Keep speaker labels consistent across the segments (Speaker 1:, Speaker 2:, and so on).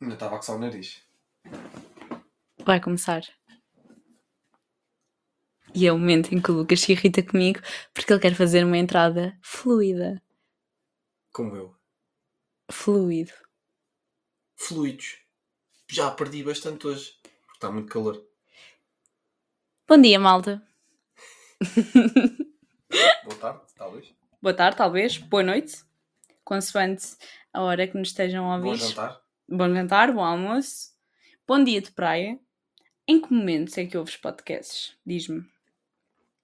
Speaker 1: Ainda estava a coçar o nariz.
Speaker 2: Vai começar. E é o momento em que o Lucas se irrita comigo porque ele quer fazer uma entrada fluida.
Speaker 1: Como eu.
Speaker 2: Fluido.
Speaker 1: Fluidos. Já perdi bastante hoje. Porque está muito calor.
Speaker 2: Bom dia, malta.
Speaker 1: Boa tarde, talvez.
Speaker 2: Boa tarde, talvez. Boa noite. Consoante a hora que nos estejam a ouvir.
Speaker 1: Bom jantar.
Speaker 2: Bom jantar, bom almoço. Bom dia de praia. Em que momentos é que ouves podcasts? Diz-me.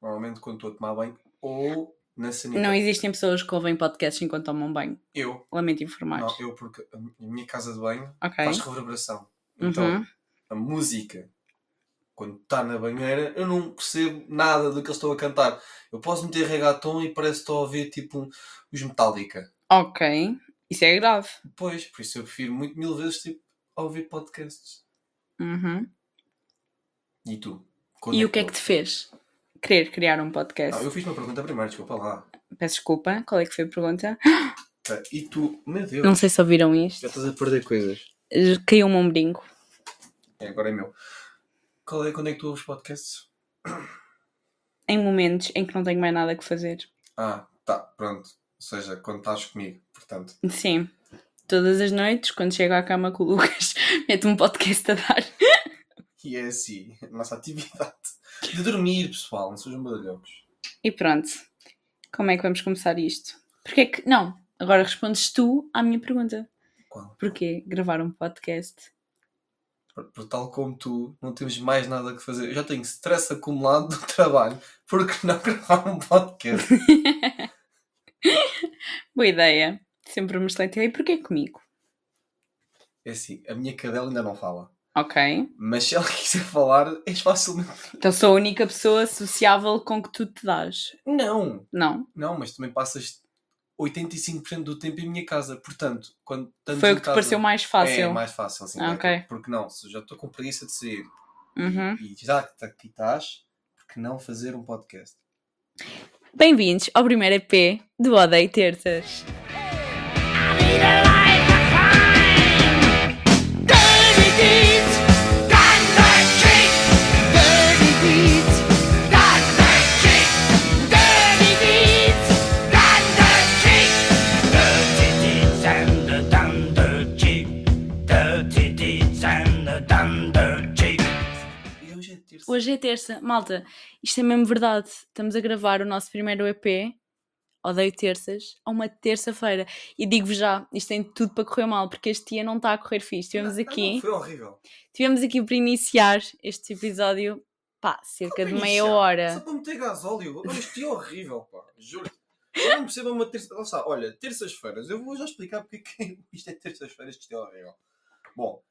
Speaker 1: Normalmente quando estou a tomar banho. Ou na sanita.
Speaker 2: Não existem pessoas que ouvem podcasts enquanto tomam banho.
Speaker 1: Eu.
Speaker 2: Lamento informar.
Speaker 1: Não, eu porque a minha casa de banho
Speaker 2: Ok.
Speaker 1: faz reverberação.
Speaker 2: Uhum.
Speaker 1: Então, a música, quando está na banheira, eu não percebo nada do que eles estão a cantar. Eu posso meter reggaeton e parece que estou a ouvir tipo um- os Metallica.
Speaker 2: Ok. Isso é grave.
Speaker 1: Pois, por isso eu prefiro muito mil vezes tipo, a ouvir podcasts.
Speaker 2: Uhum.
Speaker 1: E tu? Quando
Speaker 2: E o que é que te
Speaker 1: ouves?
Speaker 2: fez querer criar um podcast?
Speaker 1: Não, Ah, eu fiz uma pergunta primeiro, desculpa lá.
Speaker 2: Peço desculpa, qual é que foi a pergunta?
Speaker 1: Tá, E tu, meu Deus,
Speaker 2: Não sei se ouviram
Speaker 1: já
Speaker 2: isto.
Speaker 1: estás a perder coisas.
Speaker 2: Caiu-me um brinco.
Speaker 1: É, agora é meu. Qual é, quando é que tu ouves podcasts?
Speaker 2: Em momentos em que não tenho mais nada que fazer.
Speaker 1: Ah, tá, pronto. Ou seja, quando estás comigo, portanto.
Speaker 2: Sim. Todas as noites, quando chego à cama com o Lucas, meto um podcast a dar.
Speaker 1: E é assim, a nossa atividade de dormir, pessoal, não sejam badalhocos.
Speaker 2: E pronto. Como é que vamos começar isto? Porque é que. Não, agora respondes tu à minha pergunta.
Speaker 1: Qual?
Speaker 2: Porquê gravar um podcast?
Speaker 1: Por, por tal como tu, não temos mais nada que fazer. Eu já tenho stress acumulado do trabalho, porque não gravar um podcast?
Speaker 2: Boa ideia. Sempre uma excelente ideia. E porquê comigo?
Speaker 1: É assim, a minha cadela ainda não fala.
Speaker 2: Ok.
Speaker 1: Mas se ela quiser falar, é és facilmente.
Speaker 2: Então sou a única pessoa associável com que tu te dás.
Speaker 1: Não!
Speaker 2: Não.
Speaker 1: Não, mas também passas 85% do tempo em minha casa. Portanto, quando estamos
Speaker 2: Foi
Speaker 1: em
Speaker 2: o que te
Speaker 1: casa-
Speaker 2: pareceu mais fácil.
Speaker 1: É mais fácil, assim.
Speaker 2: Ah,
Speaker 1: porque-
Speaker 2: ok.
Speaker 1: Porque não, se já estou com preguiça de sair
Speaker 2: Uhum.
Speaker 1: e já que aqui estás, porque não fazer um podcast?
Speaker 2: Bem-vindos ao primeiro EP do Odeio Terças.
Speaker 1: E hoje é terça.
Speaker 2: Hoje é terça. Malta, isto é mesmo verdade. Estamos a gravar o nosso primeiro EP, Odeio Terças, a uma terça-feira. E digo-vos já, isto tem tudo para correr mal, porque este dia não está a correr fixe. Estivemos
Speaker 1: Ah, Não, não,
Speaker 2: aqui,
Speaker 1: foi horrível.
Speaker 2: estivemos aqui para iniciar este episódio, pá, cerca de
Speaker 1: é
Speaker 2: meia hora.
Speaker 1: Só para meter gasóleo. Olha, Isto é horrível, pá. Juro. Eu não percebo uma terça. Lá está, olha, terças-feiras. Eu vou já explicar porque é que isto é terças-feiras, que isto é horrível. Bom,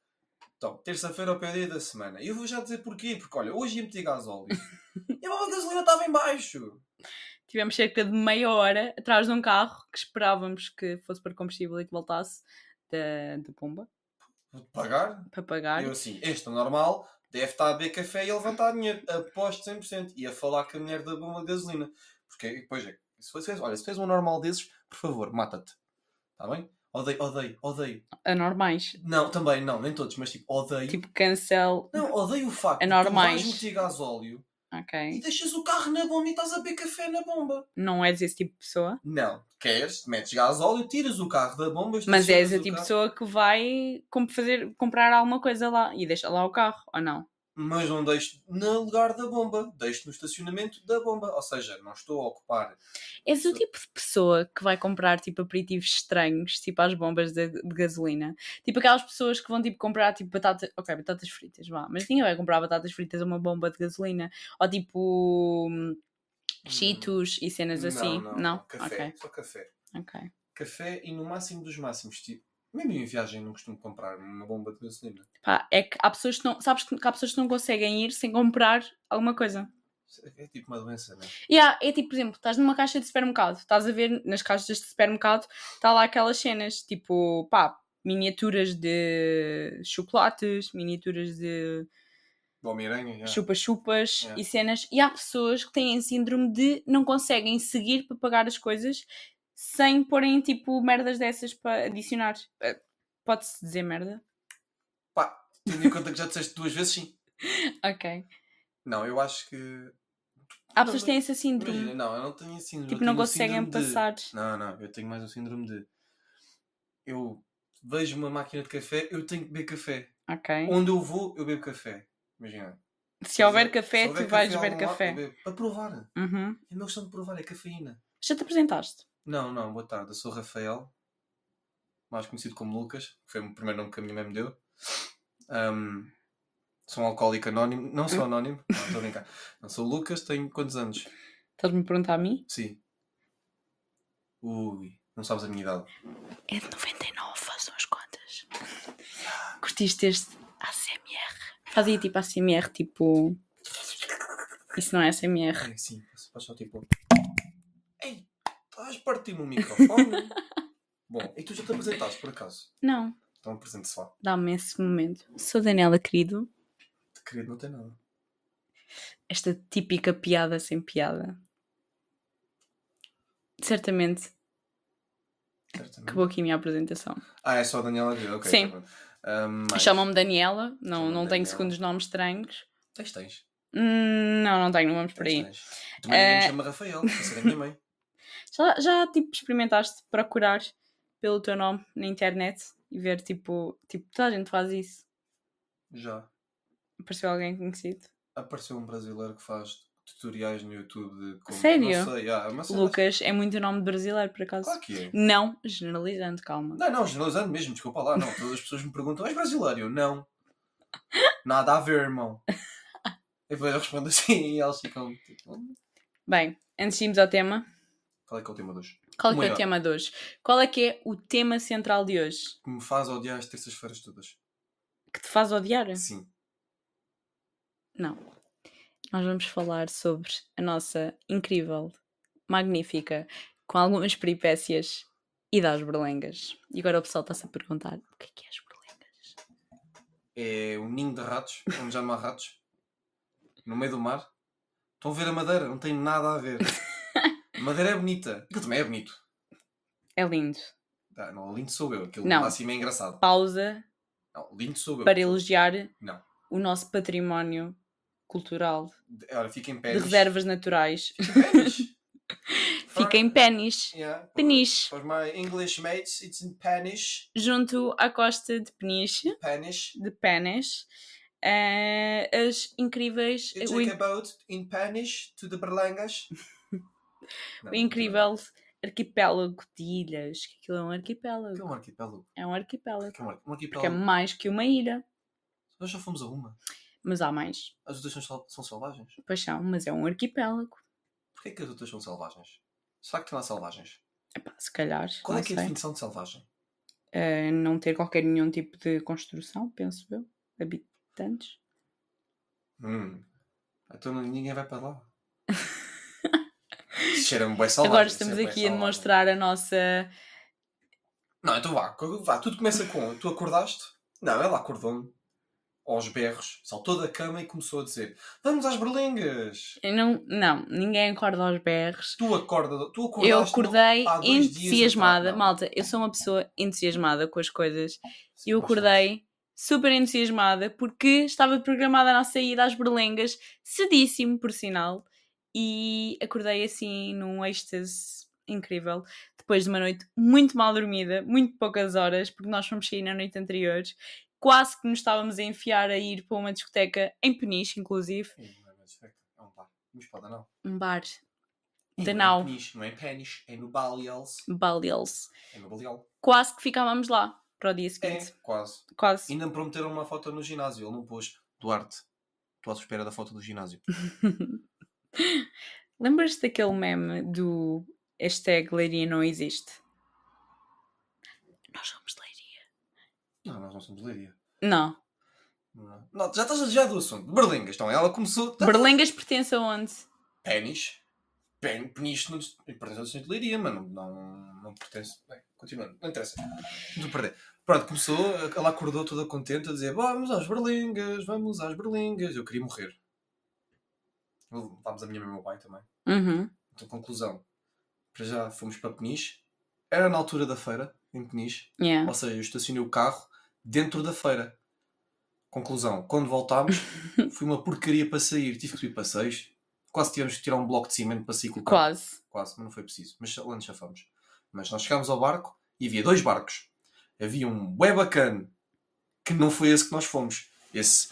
Speaker 1: então, terça-feira é o primeiro dia da semana. E eu vou já dizer porquê. Porque olha, hoje ia meter gasóleo. e a bomba de gasolina estava em baixo.
Speaker 2: Tivemos cerca de meia hora atrás de um carro que esperávamos que fosse para combustível e que voltasse da, da Pomba
Speaker 1: Vou-te pagar.
Speaker 2: para pagar.
Speaker 1: E eu assim, este é normal. Deve estar a beber café e a levantar dinheiro. Aposto 100%. E a falar com a mulher da bomba de gasolina. Porque depois é. Se fez, olha, se fez um normal desses, por favor, mata-te. Está bem? Odeio, odeio, odeio.
Speaker 2: Anormais.
Speaker 1: Não, também não, nem todos, mas tipo, odeio.
Speaker 2: Tipo, cancel.
Speaker 1: Não, odeio o facto
Speaker 2: É
Speaker 1: de tu
Speaker 2: normais. É.
Speaker 1: vais meter gasóleo e
Speaker 2: Ok.
Speaker 1: deixas o carro na bomba e estás a beber café na bomba.
Speaker 2: Não és esse tipo de pessoa.
Speaker 1: Não, queres, metes gasóleo, tiras o carro da bomba.
Speaker 2: Mas
Speaker 1: estacionas
Speaker 2: és a
Speaker 1: o
Speaker 2: tipo de
Speaker 1: carro.
Speaker 2: pessoa que vai comp- fazer, comprar alguma coisa lá e deixa lá o carro, ou não?
Speaker 1: Mas não deixo no lugar da bomba, deixo no estacionamento da bomba. Ou seja, não estou a ocupar.
Speaker 2: És o
Speaker 1: Sou-
Speaker 2: tipo de pessoa que vai comprar tipo aperitivos estranhos, tipo às bombas de, de gasolina. Tipo aquelas pessoas que vão tipo comprar tipo batatas. Ok, batatas fritas, vá. Mas ninguém vai comprar batatas fritas a uma bomba de gasolina. Ou tipo. hum, Cheetos e cenas assim. Não?
Speaker 1: Café, só café.
Speaker 2: Ok. Ok.
Speaker 1: Café e no máximo dos máximos, tipo. Mesmo em viagem não costumo comprar uma bomba de gasolina.
Speaker 2: Pá, é que há pessoas que não. Sabes que que há pessoas que não conseguem ir sem comprar alguma coisa.
Speaker 1: É tipo uma doença, não é?
Speaker 2: Yeah, é tipo, por exemplo, estás numa caixa de supermercado, estás a ver nas caixas de supermercado, está lá aquelas cenas, tipo, pá, miniaturas de chocolates, miniaturas de
Speaker 1: Do Homem-Aranha, já.
Speaker 2: chupa-chupas
Speaker 1: Yeah.
Speaker 2: e cenas. E há pessoas que têm síndrome de não conseguem seguir para pagar as coisas sem porem, tipo, merdas dessas para adicionar. Eh, Pode-se dizer merda?
Speaker 1: Pá, tendo em conta que já disseste duas vezes sim.
Speaker 2: Ok.
Speaker 1: Não, eu acho que.
Speaker 2: Há
Speaker 1: Não,
Speaker 2: pessoas que têm esse síndrome.
Speaker 1: Imagina, não, eu não tenho esse síndrome.
Speaker 2: tipo,
Speaker 1: eu
Speaker 2: não
Speaker 1: tenho o
Speaker 2: conseguem
Speaker 1: síndrome de-
Speaker 2: passar.
Speaker 1: Não, não, eu tenho mais um síndrome de. Eu vejo uma máquina de café, eu tenho que beber café.
Speaker 2: Ok.
Speaker 1: Onde eu vou, eu bebo café. Imagina.
Speaker 2: Se houver
Speaker 1: Se
Speaker 2: café,
Speaker 1: houver
Speaker 2: tu vais
Speaker 1: a
Speaker 2: beber
Speaker 1: algum lado, eu
Speaker 2: café.
Speaker 1: bebo. Para provar.
Speaker 2: Uhum.
Speaker 1: É uma questão de provar, é cafeína.
Speaker 2: Já te apresentaste?
Speaker 1: Não, não, boa tarde. Eu sou o Rafael, mais conhecido como Lucas, que foi o primeiro nome que a minha mãe me deu. Ahm, sou um alcoólico anónimo. Não sou anónimo, não estou a brincar. Não sou o Lucas, tenho quantos anos?
Speaker 2: Estás-me a perguntar a mim?
Speaker 1: Sim. Ui, não sabes a minha idade.
Speaker 2: É de 99, façam as contas. Curtiste este ACMR? Fazia tipo ACMR, tipo. Isso não é ACMR.
Speaker 1: Ai, Ah, sim, se faz só tipo. Ei, estás a partir-me o microfone? Bom, e tu já te apresentaste por acaso?
Speaker 2: Não,
Speaker 1: Então apresente-se lá.
Speaker 2: dá-me esse momento. Sou Daniela, querido.
Speaker 1: Te querido, não tem nada.
Speaker 2: Esta típica piada sem piada. Certamente
Speaker 1: Certamente.
Speaker 2: acabou aqui a minha apresentação.
Speaker 1: Ah, é só a Daniela Guerra, ok.
Speaker 2: Sim.
Speaker 1: tá bom. Ahm, mais.
Speaker 2: Chamam-me Daniela, não,
Speaker 1: Chamam-me
Speaker 2: não tenho
Speaker 1: Daniela.
Speaker 2: segundos nomes estranhos.
Speaker 1: Tens, tens.
Speaker 2: Hum, Não, não tenho, não vamos por
Speaker 1: Tens,
Speaker 2: aí.
Speaker 1: tens. Também ninguém me
Speaker 2: Eh,
Speaker 1: chama Rafael, essa é a minha mãe.
Speaker 2: Já, já tipo, experimentaste procurar pelo teu nome na internet e ver, tipo, tipo, toda a gente faz isso.
Speaker 1: Já.
Speaker 2: Apareceu alguém conhecido.
Speaker 1: Apareceu um brasileiro que faz tutoriais no YouTube de como.
Speaker 2: Sério?
Speaker 1: Não sei, ah, mas sei lá.
Speaker 2: Lucas é muito nome de brasileiro, por acaso.
Speaker 1: Claro que é.
Speaker 2: Não generalizando, calma.
Speaker 1: Não, não, generalizando mesmo, desculpa lá, não. Todas as pessoas me perguntam, és brasileiro? Eu, Não. Nada a ver, irmão. E depois eu respondo assim e elas ficam. Tipo, "Hum,
Speaker 2: Bem, antes de irmos ao tema,
Speaker 1: qual é que é o tema de hoje?
Speaker 2: qual é, que é o
Speaker 1: Melhor.
Speaker 2: tema de hoje? Qual é que é o tema central de hoje?
Speaker 1: Que me faz odiar as terças-feiras todas.
Speaker 2: Que te faz odiar?
Speaker 1: Sim.
Speaker 2: Não. Nós vamos falar sobre a nossa incrível, magnífica, com algumas peripécias e das berlengas. E agora o pessoal está-se a perguntar o que é que é as berlengas?
Speaker 1: É um ninho de ratos, onde já não há ratos. No meio do mar. Estão a ver a madeira, não tem nada a ver. A madeira é bonita. Aquilo também é bonito.
Speaker 2: É lindo.
Speaker 1: Ah, não, lindo sou eu. Aquilo
Speaker 2: Não.
Speaker 1: lá acima é engraçado.
Speaker 2: Pausa
Speaker 1: Não, lindo sou eu.
Speaker 2: para elogiar
Speaker 1: Não.
Speaker 2: o nosso património cultural
Speaker 1: Ora, fica em pé.
Speaker 2: de reservas naturais.
Speaker 1: Ah.
Speaker 2: Fica em pênis,
Speaker 1: Yeah.
Speaker 2: Peniche.
Speaker 1: For my English mates, it's in Peniche.
Speaker 2: junto à costa de Peniche,
Speaker 1: Peniche.
Speaker 2: de Penes, eh, as incríveis,
Speaker 1: You
Speaker 2: o,
Speaker 1: take a boat in Peniche to the Berlangas. Não,
Speaker 2: o incrível arquipélago de ilhas. que Aquilo é um arquipélago.
Speaker 1: Que é um arquipélago.
Speaker 2: É um arquipélago.
Speaker 1: Que é um ar- um
Speaker 2: Porque é
Speaker 1: arquipélago.
Speaker 2: mais que uma ilha.
Speaker 1: Nós já fomos a uma.
Speaker 2: Mas há mais.
Speaker 1: As outras são, sal- são selvagens.
Speaker 2: Paixão, mas é um arquipélago.
Speaker 1: Porquê que as outras são selvagens? Será que tem lá selvagens?
Speaker 2: Epá, se calhar.
Speaker 1: Qual
Speaker 2: não,
Speaker 1: é que é a
Speaker 2: sei.
Speaker 1: definição de selvagem?
Speaker 2: Eh, não ter qualquer nenhum tipo de construção, penso eu. Habitantes.
Speaker 1: Hum. Então não- ninguém vai para lá. Cheira-me bem selvagem.
Speaker 2: Agora
Speaker 1: isso
Speaker 2: estamos
Speaker 1: é bué
Speaker 2: aqui a
Speaker 1: selvagem.
Speaker 2: demonstrar a nossa.
Speaker 1: Não, então vá, co- vá, tudo começa com tu acordaste? Não, ela acordou-me aos berros, saltou da cama e começou a dizer: Vamos às berlengas!
Speaker 2: Eu Não, não, ninguém acorda aos berros.
Speaker 1: Tu acorda, tu acordaste.
Speaker 2: Eu acordei
Speaker 1: não, há dois dias
Speaker 2: entusiasmada.
Speaker 1: atrás, não. é?
Speaker 2: Malta, eu sou uma pessoa entusiasmada com as coisas.
Speaker 1: Sim,
Speaker 2: Eu
Speaker 1: bastante.
Speaker 2: acordei super entusiasmada porque estava programada a nossa ida às Berlengas, cedíssimo, por sinal, e acordei assim num êxtase incrível, depois de uma noite muito mal dormida, muito poucas horas, porque nós fomos sair na noite anterior, quase que nos estávamos a enfiar a ir para uma discoteca em Peniche, inclusive,
Speaker 1: Sim, não é bem certo. É um bar. Mas pode não.
Speaker 2: um
Speaker 1: Não
Speaker 2: bar,
Speaker 1: é em
Speaker 2: Danau.
Speaker 1: Peniche, Não é em Peniche, é no Balials.
Speaker 2: Balials.
Speaker 1: É no Balial.
Speaker 2: Quase que ficávamos lá para o dia
Speaker 1: É,
Speaker 2: seguinte,
Speaker 1: quase.
Speaker 2: quase.
Speaker 1: Ainda me prometeram uma foto no ginásio. Ele não pôs. Duarte, estou à espera da foto do ginásio.
Speaker 2: Lembras-te daquele meme do hashtag Leiria não existe? Nós somos Leiria.
Speaker 1: Não, nós não somos leiria.
Speaker 2: Não.
Speaker 1: Não, é? Não, já estás a desviar do assunto. Berlengas, então ela começou.
Speaker 2: Berlengas pertence a onde?
Speaker 1: pênis, pen, penis, não, pertence ao centro de leiria, mas não, não, não pertence. Bem, continuando, não interessa. Não perder. Pronto, começou, ela acordou toda contente a dizer: "Bom, vamos às berlingas, vamos às berlingas. Eu queria morrer. Vamos a minha mãe e o meu pai também.
Speaker 2: Uhum.
Speaker 1: Então, conclusão: para já fomos para Peniche, era na altura da feira, em Peniche,
Speaker 2: Yeah.
Speaker 1: ou seja, eu estacionei o carro dentro da feira. Conclusão, quando voltámos, foi uma porcaria para sair. Tive que subir para 6. Quase tivemos que tirar um bloco de cimento para sair colocar.
Speaker 2: Quase.
Speaker 1: Quase, mas não foi preciso. Mas lá nos chafamos. Mas nós chegámos ao barco e havia dois barcos. Havia um bué bacana, que não foi esse que nós fomos. Esse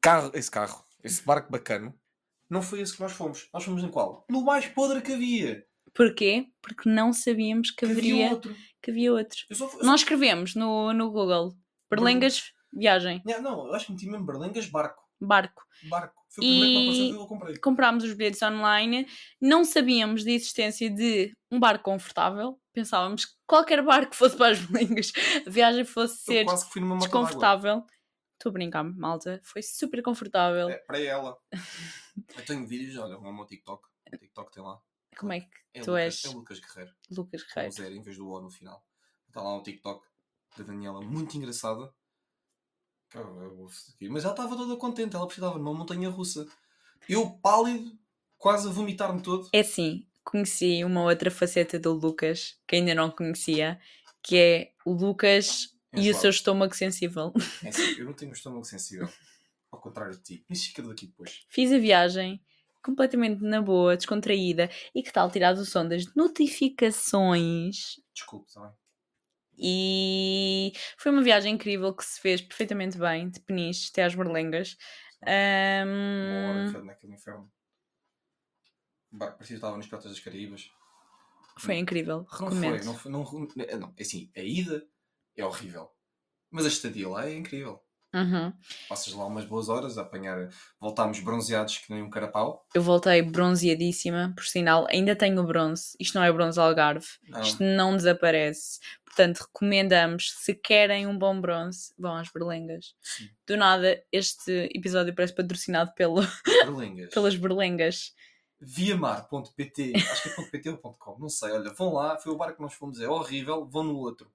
Speaker 1: carro, esse carro, esse barco bacano, não foi esse que nós fomos. Nós fomos em qual? No mais podre que havia.
Speaker 2: Porquê? Porque não sabíamos que,
Speaker 1: Que
Speaker 2: haveria,
Speaker 1: havia outro.
Speaker 2: que havia outro.
Speaker 1: Eu só, eu só-
Speaker 2: Nós escrevemos no, no Google Berlengas Viagem,
Speaker 1: Não, Não, eu acho que meti mesmo Berlengas Barco.
Speaker 2: barco.
Speaker 1: Barco. Foi o
Speaker 2: E-
Speaker 1: primeiro que me apareceu que eu comprei.
Speaker 2: Comprámos os bilhetes online, não sabíamos da existência de um barco confortável. Pensávamos que qualquer barco que fosse para as Berlengas, a viagem fosse
Speaker 1: Eu
Speaker 2: ser
Speaker 1: quase que fui numa moto d'água.
Speaker 2: desconfortável. Estou a brincar, malta. Foi super confortável.
Speaker 1: É, para ela. Eu tenho vídeos, olha, o meu TikTok. O TikTok tem lá.
Speaker 2: Como é que
Speaker 1: É
Speaker 2: Tu
Speaker 1: Lucas,
Speaker 2: és-
Speaker 1: é Lucas Guerreiro.
Speaker 2: Lucas
Speaker 1: Com o
Speaker 2: Reis?
Speaker 1: zero em vez do O no final. Está lá um TikTok da Daniela, muito engraçada. Que eu- eu vou seguir. Mas ela estava toda contente, ela precisava numa montanha russa. Eu, pálido, quase a vomitar-me todo.
Speaker 2: É assim, conheci uma outra faceta do Lucas que ainda não conhecia, que é o Lucas e o seu
Speaker 1: Enjoado.
Speaker 2: estômago sensível.
Speaker 1: É assim, eu não tenho um estômago sensível. Ao contrário de ti. Mas fica daqui depois.
Speaker 2: Fiz a viagem completamente na boa, descontraída. E que tal tirar o som das notificações?
Speaker 1: Desculpe, está bem?
Speaker 2: E foi uma viagem incrível que se fez perfeitamente bem, de Peniche até às Berlengas. Ahm,
Speaker 1: Uma hora enfiado naquele inferno. Bah, Parecia que estava nos Piratas das Caraíbas.
Speaker 2: foi incrível,
Speaker 1: Não foi,
Speaker 2: recomendo.
Speaker 1: não foi, não, não, não, é assim, a ida é horrível. Mas a estadia lá é incrível.
Speaker 2: Uhum.
Speaker 1: Passas lá umas boas horas a apanhar, voltámos bronzeados que nem um carapau.
Speaker 2: Eu voltei bronzeadíssima, por sinal, ainda tenho bronze. Isto não é bronze Algarve.
Speaker 1: Não,
Speaker 2: Isto não desaparece. Portanto, recomendamos, se querem um bom bronze, vão às berlengas.
Speaker 1: Sim.
Speaker 2: Do nada, este episódio parece patrocinado pelo,
Speaker 1: berlingas.
Speaker 2: pelas berlengas.
Speaker 1: Viamar.pt, acho que é .pt ou .com, não sei, olha, vão lá, foi o barco que nós fomos, é horrível, vão no outro.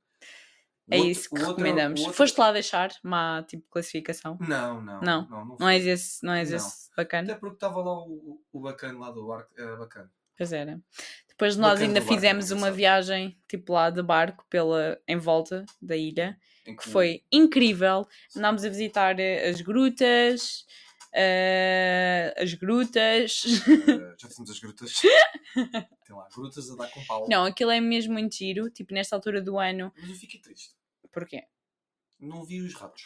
Speaker 1: O
Speaker 2: É
Speaker 1: outro-
Speaker 2: isso que
Speaker 1: o outro-
Speaker 2: recomendamos.
Speaker 1: o outro-
Speaker 2: Foste lá deixar uma tipo classificação.
Speaker 1: Não, não,
Speaker 2: Não,
Speaker 1: não, não,
Speaker 2: Não é és
Speaker 1: fui.
Speaker 2: esse, não és
Speaker 1: Não. Então-
Speaker 2: esse bacana?
Speaker 1: Até porque estava lá o, o bacana lá do barco, era bacana.
Speaker 2: Pois era. Depois nós
Speaker 1: Bacana
Speaker 2: ainda
Speaker 1: do barco,
Speaker 2: fizemos uma
Speaker 1: engraçado.
Speaker 2: viagem tipo lá de barco pela, em volta da ilha,
Speaker 1: Em
Speaker 2: que foi incrível. Andámos a visitar eh, as grutas, eh, as grutas.
Speaker 1: eh, já temos as grutas. Tem lá, grutas a dar com pau.
Speaker 2: Não, aquilo é mesmo muito giro, tipo nesta altura do ano.
Speaker 1: Mas eu fiquei triste.
Speaker 2: Porquê?
Speaker 1: Não vi os ratos.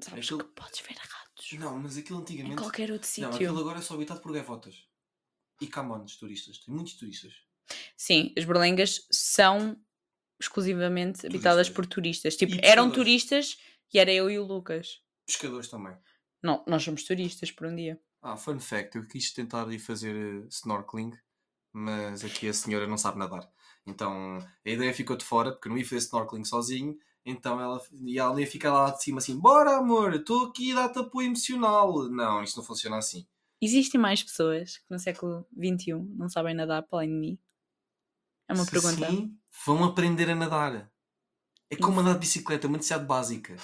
Speaker 2: Sabes
Speaker 1: Aquilo-
Speaker 2: que podes ver ratos
Speaker 1: Não, mas aquilo
Speaker 2: em
Speaker 1: antigamente.
Speaker 2: qualquer outro
Speaker 1: não,
Speaker 2: sítio.
Speaker 1: aquilo agora é só habitado por gaivotas. E camões, turistas. Tem muitos turistas.
Speaker 2: Sim, as berlengas são exclusivamente habitadas
Speaker 1: Turistas.
Speaker 2: por turistas. Tipo,
Speaker 1: E
Speaker 2: eram
Speaker 1: pescadores.
Speaker 2: turistas e era eu e o Lucas.
Speaker 1: Pescadores também.
Speaker 2: Não, nós somos turistas por um dia.
Speaker 1: Ah, fun fact: eu quis tentar ir fazer eh, snorkeling, mas aqui a senhora não sabe nadar. Então a ideia ficou de fora, porque eu não ia fazer snorkeling sozinho. Então ela, e ela ia ficar lá de cima assim: Bora, amor, estou aqui a dar-te apoio emocional. Não, isto não funciona assim.
Speaker 2: Existem mais pessoas que no século XXI não sabem nadar para além de mim? É uma
Speaker 1: Se
Speaker 2: pergunta.
Speaker 1: Sim, vão aprender a nadar. É como andar de bicicleta, é uma necessidade básica.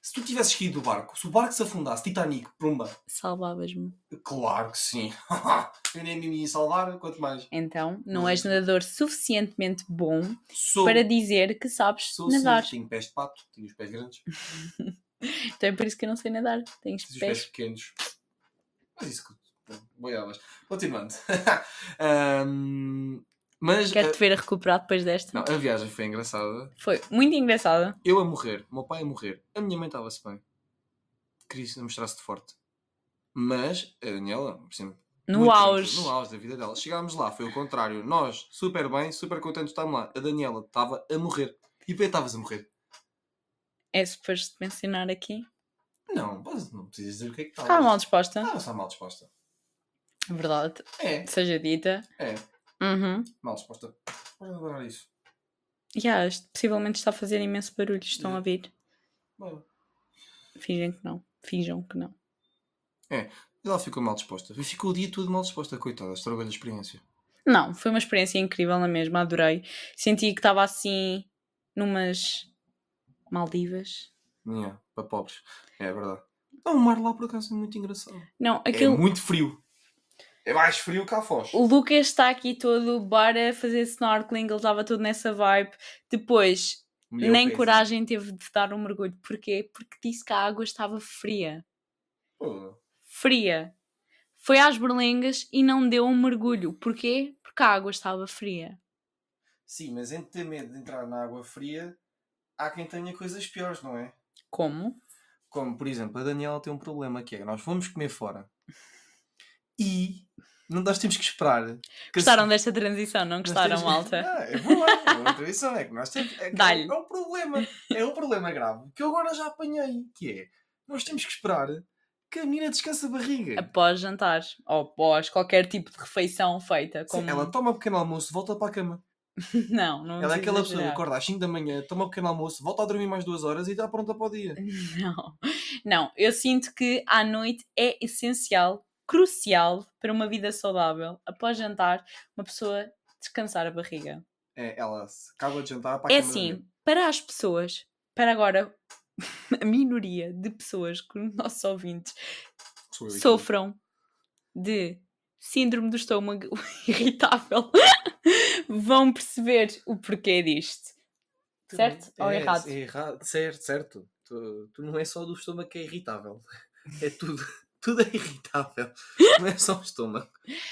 Speaker 1: Se tu tivesses caído do barco, se o barco se afundasse, Titanic, prumba.
Speaker 2: Salvavas-me.
Speaker 1: Claro que sim. Eu nem me ia salvar, quanto mais.
Speaker 2: Então, não
Speaker 1: Mas-
Speaker 2: és nadador suficientemente bom
Speaker 1: Hum. Sou,
Speaker 2: para dizer que sabes
Speaker 1: sou
Speaker 2: nadar.
Speaker 1: sim, tenho pés de pato, tenho os pés grandes, tenho
Speaker 2: Então é por isso que eu não sei nadar. Tens
Speaker 1: os
Speaker 2: pés
Speaker 1: pés pequenos. Mas isso que boiavas. Continuando. Ahm, mas
Speaker 2: Quero-te
Speaker 1: a,
Speaker 2: ver a recuperar depois desta.
Speaker 1: É. não, é- a viagem foi engraçada.
Speaker 2: Foi muito engraçada.
Speaker 1: Eu a morrer, o meu pai a morrer, a minha mãe estava-se bem. Queria mostrar-se de forte. Mas a Daniela, sempre
Speaker 2: No
Speaker 1: Muito
Speaker 2: auge.
Speaker 1: bem, No auge da vida dela. Chegámos lá, foi o contrário. Nós, super bem, super contentes, estávamos lá. A Daniela estava a morrer. E bem, estavas a morrer.
Speaker 2: É suposto mencionar aqui.
Speaker 1: Não, mas não precisas dizer o que é que estavas.
Speaker 2: Estava mal disposta.
Speaker 1: Estava só mal disposta.
Speaker 2: Verdade.
Speaker 1: É,
Speaker 2: Seja dita.
Speaker 1: é.
Speaker 2: Uhum.
Speaker 1: Mal disposta. Vamos adorar isso.
Speaker 2: Yeah, isto possivelmente está a fazer imenso barulho.
Speaker 1: É.
Speaker 2: Estão a vir.
Speaker 1: Bom.
Speaker 2: Fingem que não. Finjam que não.
Speaker 1: E ela ficou mal disposta. E Ficou o dia todo mal disposta, coitada. Estragou-lhe a experiência.
Speaker 2: Não, foi uma experiência incrível na mesma. Adorei. Senti que estava assim numas Maldivas.
Speaker 1: Minha, para pobres. É verdade. Não, o mar lá por acaso é muito engraçado.
Speaker 2: Não, aquilo.
Speaker 1: É muito frio. É mais frio que a Foz.
Speaker 2: O Lucas está aqui todo, bora fazer snorkeling, ele estava todo nessa vibe. Depois
Speaker 1: Mulher,
Speaker 2: Nem
Speaker 1: pensa.
Speaker 2: coragem teve de dar um mergulho. Porquê? Porque disse que a água estava fria.
Speaker 1: Pô,
Speaker 2: Fria. Foi às berlengas e não deu um mergulho. Porquê? Porque a água estava fria.
Speaker 1: Sim, mas entre ter medo de entrar na água fria, há quem tenha coisas piores, não é?
Speaker 2: Como?
Speaker 1: Como, por exemplo, a Daniela tem um problema que é nós vamos comer fora e não- nós temos que esperar. que a
Speaker 2: Gostaram desta transição, não
Speaker 1: Nós
Speaker 2: gostaram,
Speaker 1: temos-
Speaker 2: malta?
Speaker 1: Ah, é boa, é boa introdução, é que nós temos. É, que
Speaker 2: Dá-lhe.
Speaker 1: é um problema, é um problema grave que eu agora já apanhei, que é nós temos que esperar que a menina descanse a barriga.
Speaker 2: Após jantar. Ou após qualquer tipo de refeição feita.
Speaker 1: Sim,
Speaker 2: Como...
Speaker 1: Ela toma um pequeno almoço, volta para a cama.
Speaker 2: Não, não
Speaker 1: ela é
Speaker 2: precisa
Speaker 1: aquela pessoa que
Speaker 2: exagerar.
Speaker 1: acorda às 5 da manhã, toma um pequeno almoço, volta a dormir mais duas horas e está pronta para o dia.
Speaker 2: Não, não. Eu sinto que à noite é essencial, crucial para uma vida saudável. Após jantar, uma pessoa descansar a barriga.
Speaker 1: É, ela se acaba de jantar para a
Speaker 2: é
Speaker 1: cama.
Speaker 2: assim, para as pessoas, para agora a minoria de pessoas que os nossos ouvintes
Speaker 1: Sou eu aqui.
Speaker 2: sofram de síndrome do estômago irritável, vão perceber o porquê disto. Certo ou
Speaker 1: É,
Speaker 2: errado?
Speaker 1: É errado. Certo, certo. Tu, tu não é só do estômago que é irritável. É tudo. Tudo é irritável. Não é só o estômago.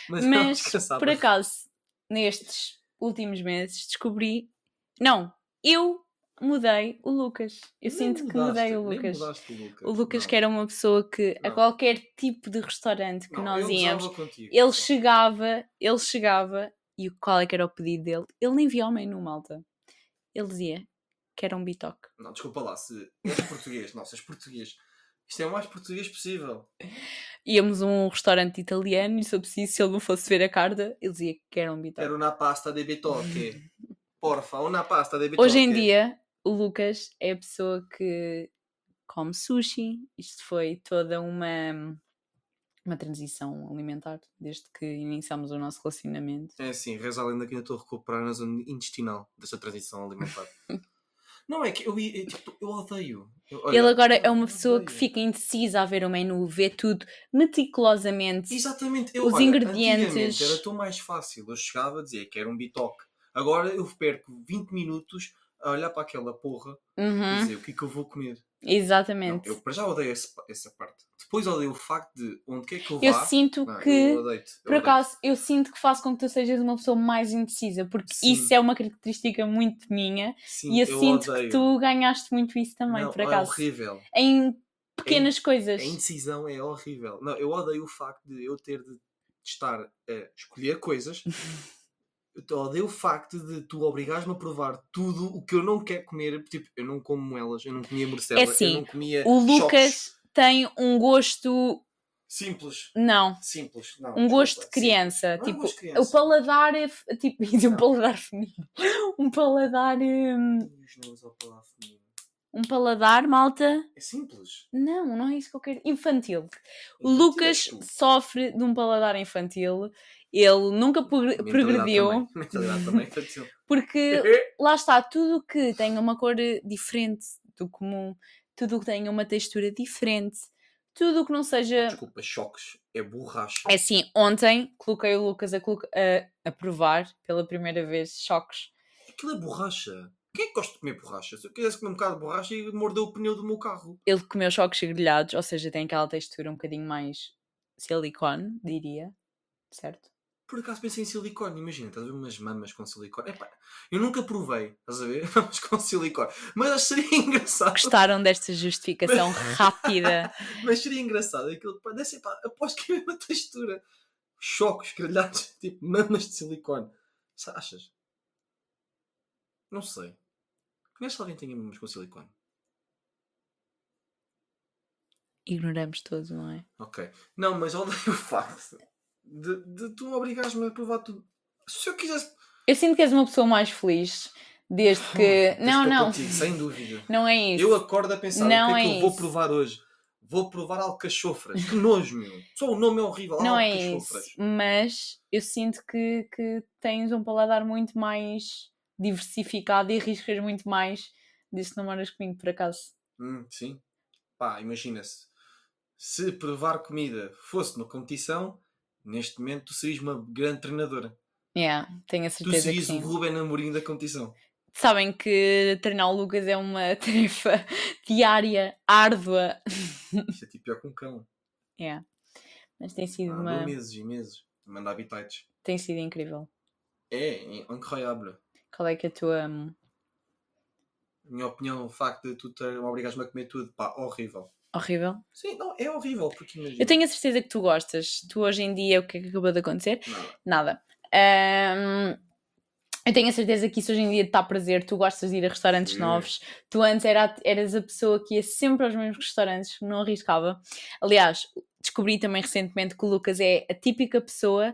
Speaker 1: Mas, não
Speaker 2: Mas,
Speaker 1: descansava.
Speaker 2: por acaso, nestes últimos meses, descobri. Não, eu mudei o Lucas. Eu
Speaker 1: Nem
Speaker 2: sinto que
Speaker 1: mudaste,
Speaker 2: mudei o
Speaker 1: nem
Speaker 2: Lucas.
Speaker 1: mudaste o Lucas.
Speaker 2: O Lucas,
Speaker 1: Não.
Speaker 2: que era uma pessoa que a
Speaker 1: Não.
Speaker 2: qualquer tipo de restaurante que
Speaker 1: Não,
Speaker 2: nós
Speaker 1: eu
Speaker 2: íamos,
Speaker 1: gozava contigo,
Speaker 2: ele
Speaker 1: só.
Speaker 2: chegava, ele chegava, e o- qual é que era o pedido dele? Ele nem via o menu, malta. Ele dizia que era um bitoque.
Speaker 1: Não, desculpa lá, se és português, não, se és português. Isto é o mais português possível.
Speaker 2: Tá. Íamos a um restaurante italiano e, se eu preciso, se ele não fosse ver a carta, ele dizia que era um bitoque.
Speaker 1: Quero uma pasta de bitoque. Porfa, uma pasta de bitoque.
Speaker 2: Hoje em dia, o Lucas é a pessoa que come sushi. Isto foi toda uma, uma transição alimentar desde que iniciamos o nosso relacionamento.
Speaker 1: É assim, reza a lenda que ainda estou a recuperar na zona intestinal desta transição alimentar. não, é que eu, ia- é, tipo, eu odeio. Eu- olha, então,
Speaker 2: Ele agora é
Speaker 1: eu
Speaker 2: uma pessoa que
Speaker 1: odeio.
Speaker 2: fica indecisa a ver o menu, vê tudo meticulosamente.
Speaker 1: Exatamente. Eu,
Speaker 2: Os
Speaker 1: olha,
Speaker 2: ingredientes.
Speaker 1: antigamente Era tão mais fácil. Eu chegava a dizer que era um bitoque. Agora eu perco 20 minutos a olhar para aquela porra e
Speaker 2: Uhum,
Speaker 1: dizer o que é que eu vou comer. Não,
Speaker 2: exatamente.
Speaker 1: eu para já odeio esse- essa parte. Depois odeio o facto de onde quer que eu vá.
Speaker 2: eu sinto
Speaker 1: Não,
Speaker 2: que.
Speaker 1: eu odeio-te, eu
Speaker 2: Por
Speaker 1: odeio-te.
Speaker 2: acaso, eu sinto que faço com que tu sejas uma pessoa mais indecisa, porque
Speaker 1: Sim.
Speaker 2: isso é uma característica muito minha
Speaker 1: Sim,
Speaker 2: e eu, sinto que tu ganhaste muito isso também,
Speaker 1: Não,
Speaker 2: por acaso.
Speaker 1: É horrível.
Speaker 2: em pequenas coisas.
Speaker 1: A indecisão é horrível. Não, eu odeio o facto de eu ter de estar a escolher coisas. eu odeio o facto de tu obrigares-me a provar tudo o que eu não quero comer. Tipo, eu não como elas, eu não comia morcela,
Speaker 2: É assim,
Speaker 1: eu não comia
Speaker 2: O
Speaker 1: chocos.
Speaker 2: Lucas tem um gosto.
Speaker 1: Simples.
Speaker 2: Não.
Speaker 1: Simples. Não,
Speaker 2: Um gosto de
Speaker 1: desculpa, simples.
Speaker 2: criança.
Speaker 1: Não é um
Speaker 2: tipo,
Speaker 1: gosto de criança.
Speaker 2: o paladar. é f- Tipo, e um
Speaker 1: Não.
Speaker 2: paladar feminino. Um paladar. hum,
Speaker 1: Os nomes ao paladar feminino.
Speaker 2: Um paladar, malta.
Speaker 1: É simples.
Speaker 2: Não, não é isso que eu quero. Infantil. O
Speaker 1: Infantil é
Speaker 2: Lucas
Speaker 1: és tu.
Speaker 2: sofre de um paladar infantil. Ele nunca progre-
Speaker 1: Mentalidade
Speaker 2: progrediu.
Speaker 1: também. Mentalidade também infantil.
Speaker 2: Porque lá está, tudo o que tem uma cor eh, diferente do comum, tudo o que tem uma textura diferente, tudo o que não seja.
Speaker 1: Desculpa, choques. É borracha.
Speaker 2: É assim, ontem coloquei o Lucas a, coloca- a- a provar pela primeira vez choques.
Speaker 1: Aquilo é borracha. Quem é que gosta de comer borracha? Se eu quisesse comer um bocado de borracha e mordeu o pneu do meu carro.
Speaker 2: Ele comeu choques grelhados, ou seja, tem aquela textura um bocadinho mais silicone, diria, certo?
Speaker 1: Por acaso pensei em silicone, imagina, estás a ver umas mamas com silicone. Epá, eu nunca provei, estás a ver? Mamas com silicone. Mas acho que seria engraçado.
Speaker 2: Gostaram desta justificação rápida?
Speaker 1: Mas seria engraçado aquilo. Pá, deve ser, pá, aposto que é a mesma textura. Chocos, grelhados, tipo mamas de silicone. Sa- Achas? Não sei. Conhece alguém que tenha mamas com silicone?
Speaker 2: Ignoramos todos, não é?
Speaker 1: Ok. Não, mas odeio o facto de, de tu obrigares-me a provar tudo. Se eu quisesse.
Speaker 2: Eu sinto que és uma pessoa mais feliz desde que.
Speaker 1: Mas
Speaker 2: Não,
Speaker 1: estou
Speaker 2: não.
Speaker 1: contigo, sem dúvida.
Speaker 2: Não é isso.
Speaker 1: Eu acordo a pensar
Speaker 2: Não
Speaker 1: o que é,
Speaker 2: é
Speaker 1: que eu vou
Speaker 2: isso.
Speaker 1: provar hoje. Vou provar alcachofras. Que nojo, meu. Só o nome é horrível.
Speaker 2: Não é
Speaker 1: alcachofras.
Speaker 2: isso, mas eu sinto que, que tens um paladar muito mais diversificado e arriscas muito mais disso não moras comigo, por acaso.
Speaker 1: Hum, sim. Pá, imagina-se. Se provar comida fosse uma competição, neste momento tu serias uma grande treinadora.
Speaker 2: Yeah, tenho a
Speaker 1: Tu
Speaker 2: certeza que
Speaker 1: serias o
Speaker 2: sim.
Speaker 1: Ruben Amorim da competição.
Speaker 2: Sabem que treinar o Lucas é uma tarefa diária, árdua.
Speaker 1: Isto é tipo pior que um cão.
Speaker 2: Yeah. Mas tem sido
Speaker 1: Andou
Speaker 2: uma.
Speaker 1: meses e meses. Manda habitats.
Speaker 2: Tem sido incrível.
Speaker 1: É incrível.
Speaker 2: Qual é que é a tua. hum,
Speaker 1: Minha opinião, o facto de tu ter obrigares-me a comer tudo, pá, horrível.
Speaker 2: Horrível?
Speaker 1: Sim, não, é horrível, porque imagina.
Speaker 2: Eu tenho a certeza que tu gostas. Tu hoje em dia, o que é que acabou de acontecer?
Speaker 1: Nada.
Speaker 2: Nada. Ahm, eu tenho a certeza que isso hoje em dia te está a prazer. Tu gostas de ir a restaurantes
Speaker 1: Sim.
Speaker 2: novos. Tu antes era, eras a pessoa que ia sempre aos mesmos restaurantes, que não arriscava. Aliás, descobri também recentemente que o Lucas é a típica pessoa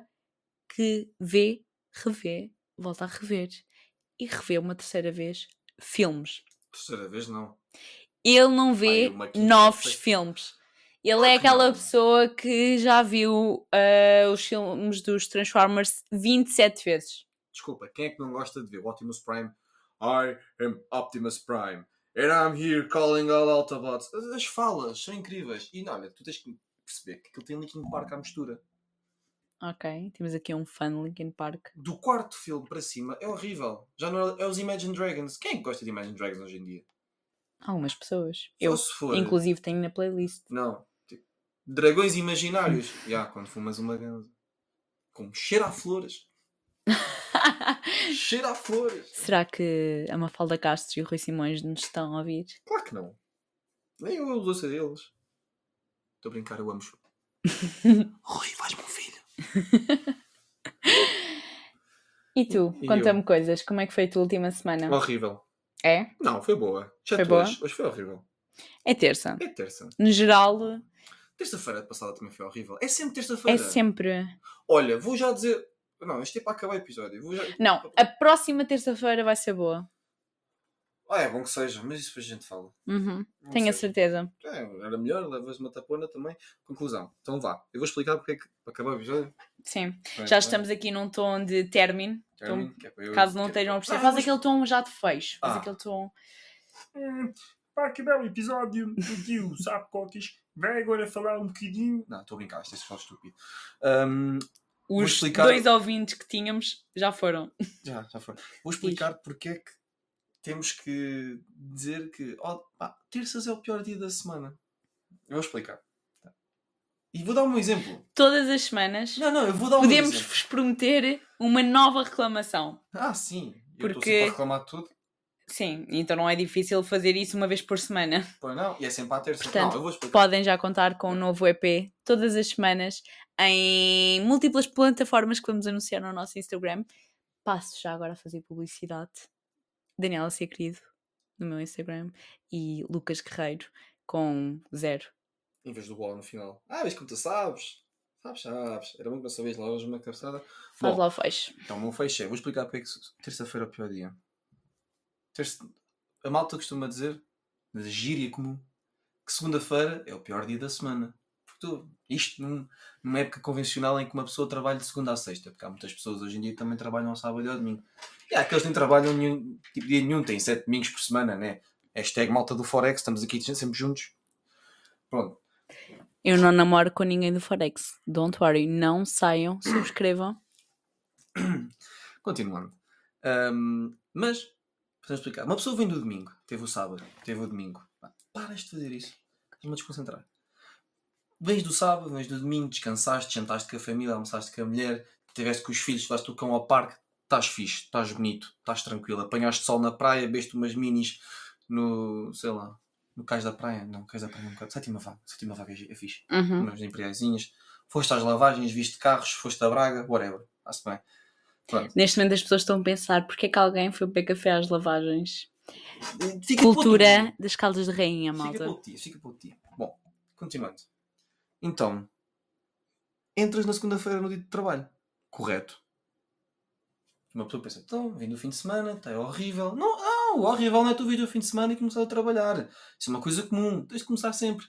Speaker 2: que vê, revê, volta a rever e revê uma terceira vez filmes.
Speaker 1: Terceira vez, não.
Speaker 2: Ele não vê
Speaker 1: uma quinta,
Speaker 2: novos
Speaker 1: sexta.
Speaker 2: filmes. Ele
Speaker 1: Claro
Speaker 2: é
Speaker 1: que
Speaker 2: aquela
Speaker 1: não.
Speaker 2: pessoa que já viu ah, os filmes dos Transformers 27 vezes.
Speaker 1: Desculpa, quem é que não gosta de ver o Optimus Prime? I am Optimus Prime. And I'm here calling all Autobots. As, as falas são incríveis. E não, olha, tu tens que perceber que aquilo tem Linkin Park à mistura.
Speaker 2: Ok, temos aqui um fã de Linkin Park.
Speaker 1: Do quarto filme para cima é horrível. Já não é, é os Imagine Dragons. Quem é que gosta de Imagine Dragons hoje em dia?
Speaker 2: Algumas pessoas. Eu,
Speaker 1: Só se for.
Speaker 2: inclusive, tenho na playlist.
Speaker 1: Não. tipo, dragões imaginários. Já, quando fumas uma ganza. Como cheira a flores. Cheira a flores.
Speaker 2: Será que a Mafalda Castro e o Rui Simões nos estão a ouvir?
Speaker 1: Claro que não. Nem eu ouço a deles. Estou a brincar, eu amo-os. Rui, faz-me um filho.
Speaker 2: E tu?
Speaker 1: E eu?
Speaker 2: Conta-me coisas. Como é que foi a tua última semana?
Speaker 1: Horrível.
Speaker 2: É?
Speaker 1: Não, foi boa. Já
Speaker 2: Foi
Speaker 1: tu
Speaker 2: boa?
Speaker 1: Hoje, hoje foi horrível.
Speaker 2: É terça.
Speaker 1: É terça.
Speaker 2: No geral,
Speaker 1: Terça-feira passada também foi horrível. É sempre
Speaker 2: é
Speaker 1: terça-feira.
Speaker 2: sempre.
Speaker 1: Olha, vou já dizer. Não, isto é para acabar o episódio. Vou já...
Speaker 2: Não, a próxima terça-feira vai ser boa.
Speaker 1: Ah, é bom que seja, mas isso depois a gente fala.
Speaker 2: Uhum,
Speaker 1: Não
Speaker 2: Tenho a
Speaker 1: sei.
Speaker 2: certeza.
Speaker 1: É, era melhor, levas uma tapona também. Conclusão. Então vá, eu vou explicar porque é que para acabar o episódio.
Speaker 2: Sim.
Speaker 1: Vai,
Speaker 2: Já
Speaker 1: vai.
Speaker 2: estamos aqui num tom de término.
Speaker 1: Termino, que é para eu-
Speaker 2: Caso não
Speaker 1: que é
Speaker 2: estejam a
Speaker 1: para-
Speaker 2: perceber,
Speaker 1: Ah,
Speaker 2: faz
Speaker 1: mas-
Speaker 2: aquele tom já de fecho. Faz
Speaker 1: Ah.
Speaker 2: aquele tom.
Speaker 3: Hum,
Speaker 1: eh,
Speaker 3: para acabar o episódio, o tio sabe cocas vai agora falar um bocadinho
Speaker 1: Não, estou a brincar, isto é só estúpido. Ahm, Vou
Speaker 2: Os
Speaker 1: explicar-
Speaker 2: dois ouvintes que tínhamos já foram.
Speaker 1: já, já foi. Vou explicar porque é que temos que dizer que ó, pá, terças é o pior dia da semana. Eu vou explicar. E vou dar um exemplo.
Speaker 2: Todas as semanas.
Speaker 1: Não, não, eu vou dar um
Speaker 2: podemos
Speaker 1: exemplo.
Speaker 2: vos prometer uma nova reclamação.
Speaker 1: Ah, sim. Eu estou
Speaker 2: Porque-
Speaker 1: sempre a reclamar de tudo.
Speaker 2: Sim, então não é difícil fazer isso uma vez por semana.
Speaker 1: Pois não, e é sempre à terça.
Speaker 2: Portanto,
Speaker 1: não, eu vou explicar.
Speaker 2: Podem já contar com um novo EP todas as semanas em múltiplas plataformas que vamos anunciar no nosso Instagram. Passo já agora a fazer publicidade. Daniela Ser Querido no meu Instagram e Lucas Guerreiro com zero.
Speaker 1: Em vez do bola no final. Ah, mas como tu sabes. Sabes, sabes. Era bom que não sabias lá hoje uma cabeçada.
Speaker 2: Faz
Speaker 1: Bom.
Speaker 2: lá o fecho.
Speaker 1: Então, não fechei. Vou explicar porque é que se- terça-feira é o pior dia. Terça- A malta costuma dizer, na gíria comum, que segunda-feira é o pior dia da semana. Porque tu, isto num- numa época convencional em que uma pessoa trabalha de segunda a sexta, porque há muitas pessoas hoje em dia que também trabalham ao sábado e ao domingo. E há aqueles que nem trabalham nenhum, tipo, dia nenhum, têm sete domingos por semana, né? Hashtag malta do Forex, estamos aqui sempre juntos. Pronto.
Speaker 2: Eu não namoro com ninguém do Forex. Don't worry, não saiam, subscrevam.
Speaker 1: Continuando. Ahm, mas, podemos explicar. Uma pessoa vem do domingo, teve o sábado, teve o domingo. Pá, Paras de fazer isso. Estás-me a desconcentrar. Vens do sábado, vens do domingo, descansaste, jantaste com a família, almoçaste com a mulher, tiveste com os filhos, levaste o cão ao parque, estás fixe, estás bonito, estás tranquilo. Apanhaste sol na praia, beste umas minis no, sei lá, no cais da praia. Não, cais da praia não, cais- sétima vaga, sétima vaga é fixe
Speaker 2: Uhum.
Speaker 1: umas imperiaisinhas, foste às lavagens, viste carros, foste a Braga, whatever, está-se bem. Pronto.
Speaker 2: Neste momento as pessoas estão a pensar porque é que alguém foi beber café às lavagens.
Speaker 1: Fica para outro dia.
Speaker 2: Cultura das caldas de rainha,
Speaker 1: Fica para
Speaker 2: malta.
Speaker 1: o dia, fica para o dia. Bom, continuando. Então, entras na segunda-feira no dia de trabalho, correto? Uma pessoa pensa, então, vim do fim de semana, está horrível. Não, não, o horrível não é tu vir do fim de semana e começar a trabalhar. Isso é uma coisa comum, tens de começar sempre.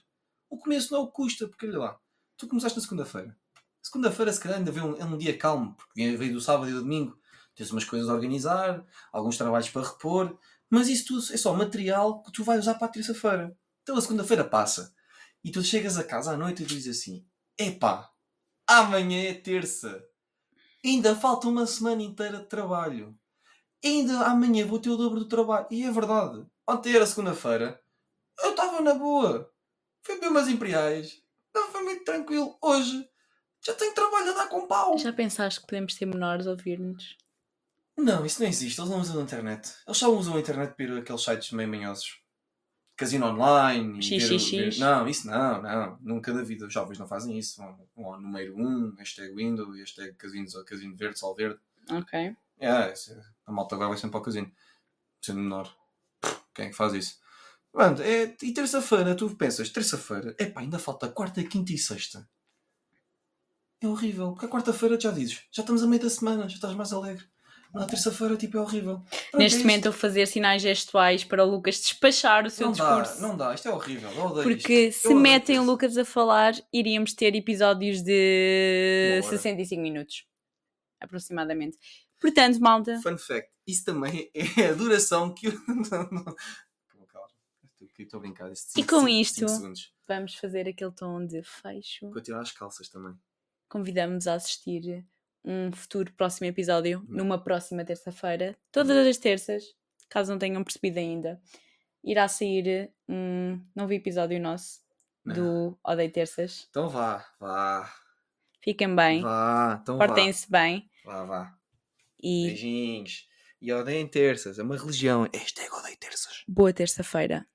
Speaker 1: O começo não é o que custa, porque olha lá, tu começaste na segunda-feira. Segunda-feira, se calhar, ainda vem um, é um dia calmo, porque vem- veio do sábado e do domingo. Tens umas coisas a organizar, alguns trabalhos para repor, mas isso tudo é só material que tu vais usar para a terça-feira. Então a segunda-feira passa e tu chegas a casa à noite e tu dizes assim: epá, amanhã é terça, ainda falta uma semana inteira de trabalho. ainda amanhã vou ter o dobro do trabalho. E é verdade. Ontem era segunda-feira. Eu estava na boa. Fui beber umas imperiais. Não, foi muito tranquilo. Hoje já tenho trabalho a dar com pau.
Speaker 2: Já pensaste que podemos ser menores a ouvir-nos?
Speaker 1: Não, isso não existe. Eles não usam a internet. Eles só usam a internet para ir aqueles sites meio manhosos. Casino online. e ver- ver-
Speaker 2: XXX.
Speaker 1: Não, isso não, não. Nunca na vida. Os jovens não fazem isso. Vão, vão ao número 1, um, hashtag window, hashtag casino, casino verde, sol verde.
Speaker 2: Ok.
Speaker 1: É, isso é- a malta agora vai sempre ao casino. Sendo menor. Quem é que faz isso? Mano, é- e terça-feira, tu pensas, terça-feira, epá, ainda falta quarta, quinta e sexta. É horrível, porque a quarta-feira já dizes, já estamos a meio da semana, já estás mais alegre. Na terça-feira, tipo, é horrível. Pronto, é
Speaker 2: Neste
Speaker 1: isto.
Speaker 2: momento eu vou fazer sinais gestuais para o Lucas despachar o seu
Speaker 1: não dá,
Speaker 2: discurso.
Speaker 1: não dá, isto é horrível, eu odeio
Speaker 2: Porque
Speaker 1: isto.
Speaker 2: se
Speaker 1: Eu odeio
Speaker 2: metem o
Speaker 1: terça.
Speaker 2: Lucas a falar, iríamos ter episódios de
Speaker 1: Uma hora.
Speaker 2: 65 minutos, aproximadamente. Portanto, malta,
Speaker 1: Fun fact, isso também é a duração que... eu- Não, não. Calma, Estou a brincar. isso
Speaker 2: E
Speaker 1: cinco-
Speaker 2: com
Speaker 1: cinco-
Speaker 2: isto-
Speaker 1: cinco segundos.
Speaker 2: vamos fazer aquele tom de fecho.
Speaker 1: Vou tirar as calças também.
Speaker 2: Convidamos a assistir um futuro próximo episódio,
Speaker 1: Hum.
Speaker 2: numa próxima terça-feira, todas as terças, caso não tenham percebido ainda. Irá sair um novo episódio nosso
Speaker 1: Ah.
Speaker 2: do Odei Terças.
Speaker 1: Então vá, vá.
Speaker 2: Fiquem bem,
Speaker 1: Vá, então
Speaker 2: portem-se bem
Speaker 1: vá. Vá, vá.
Speaker 2: e
Speaker 1: Beijinhos. E odeiem terças, é uma religião. Hashtag odeio terças.
Speaker 2: boa terça-feira.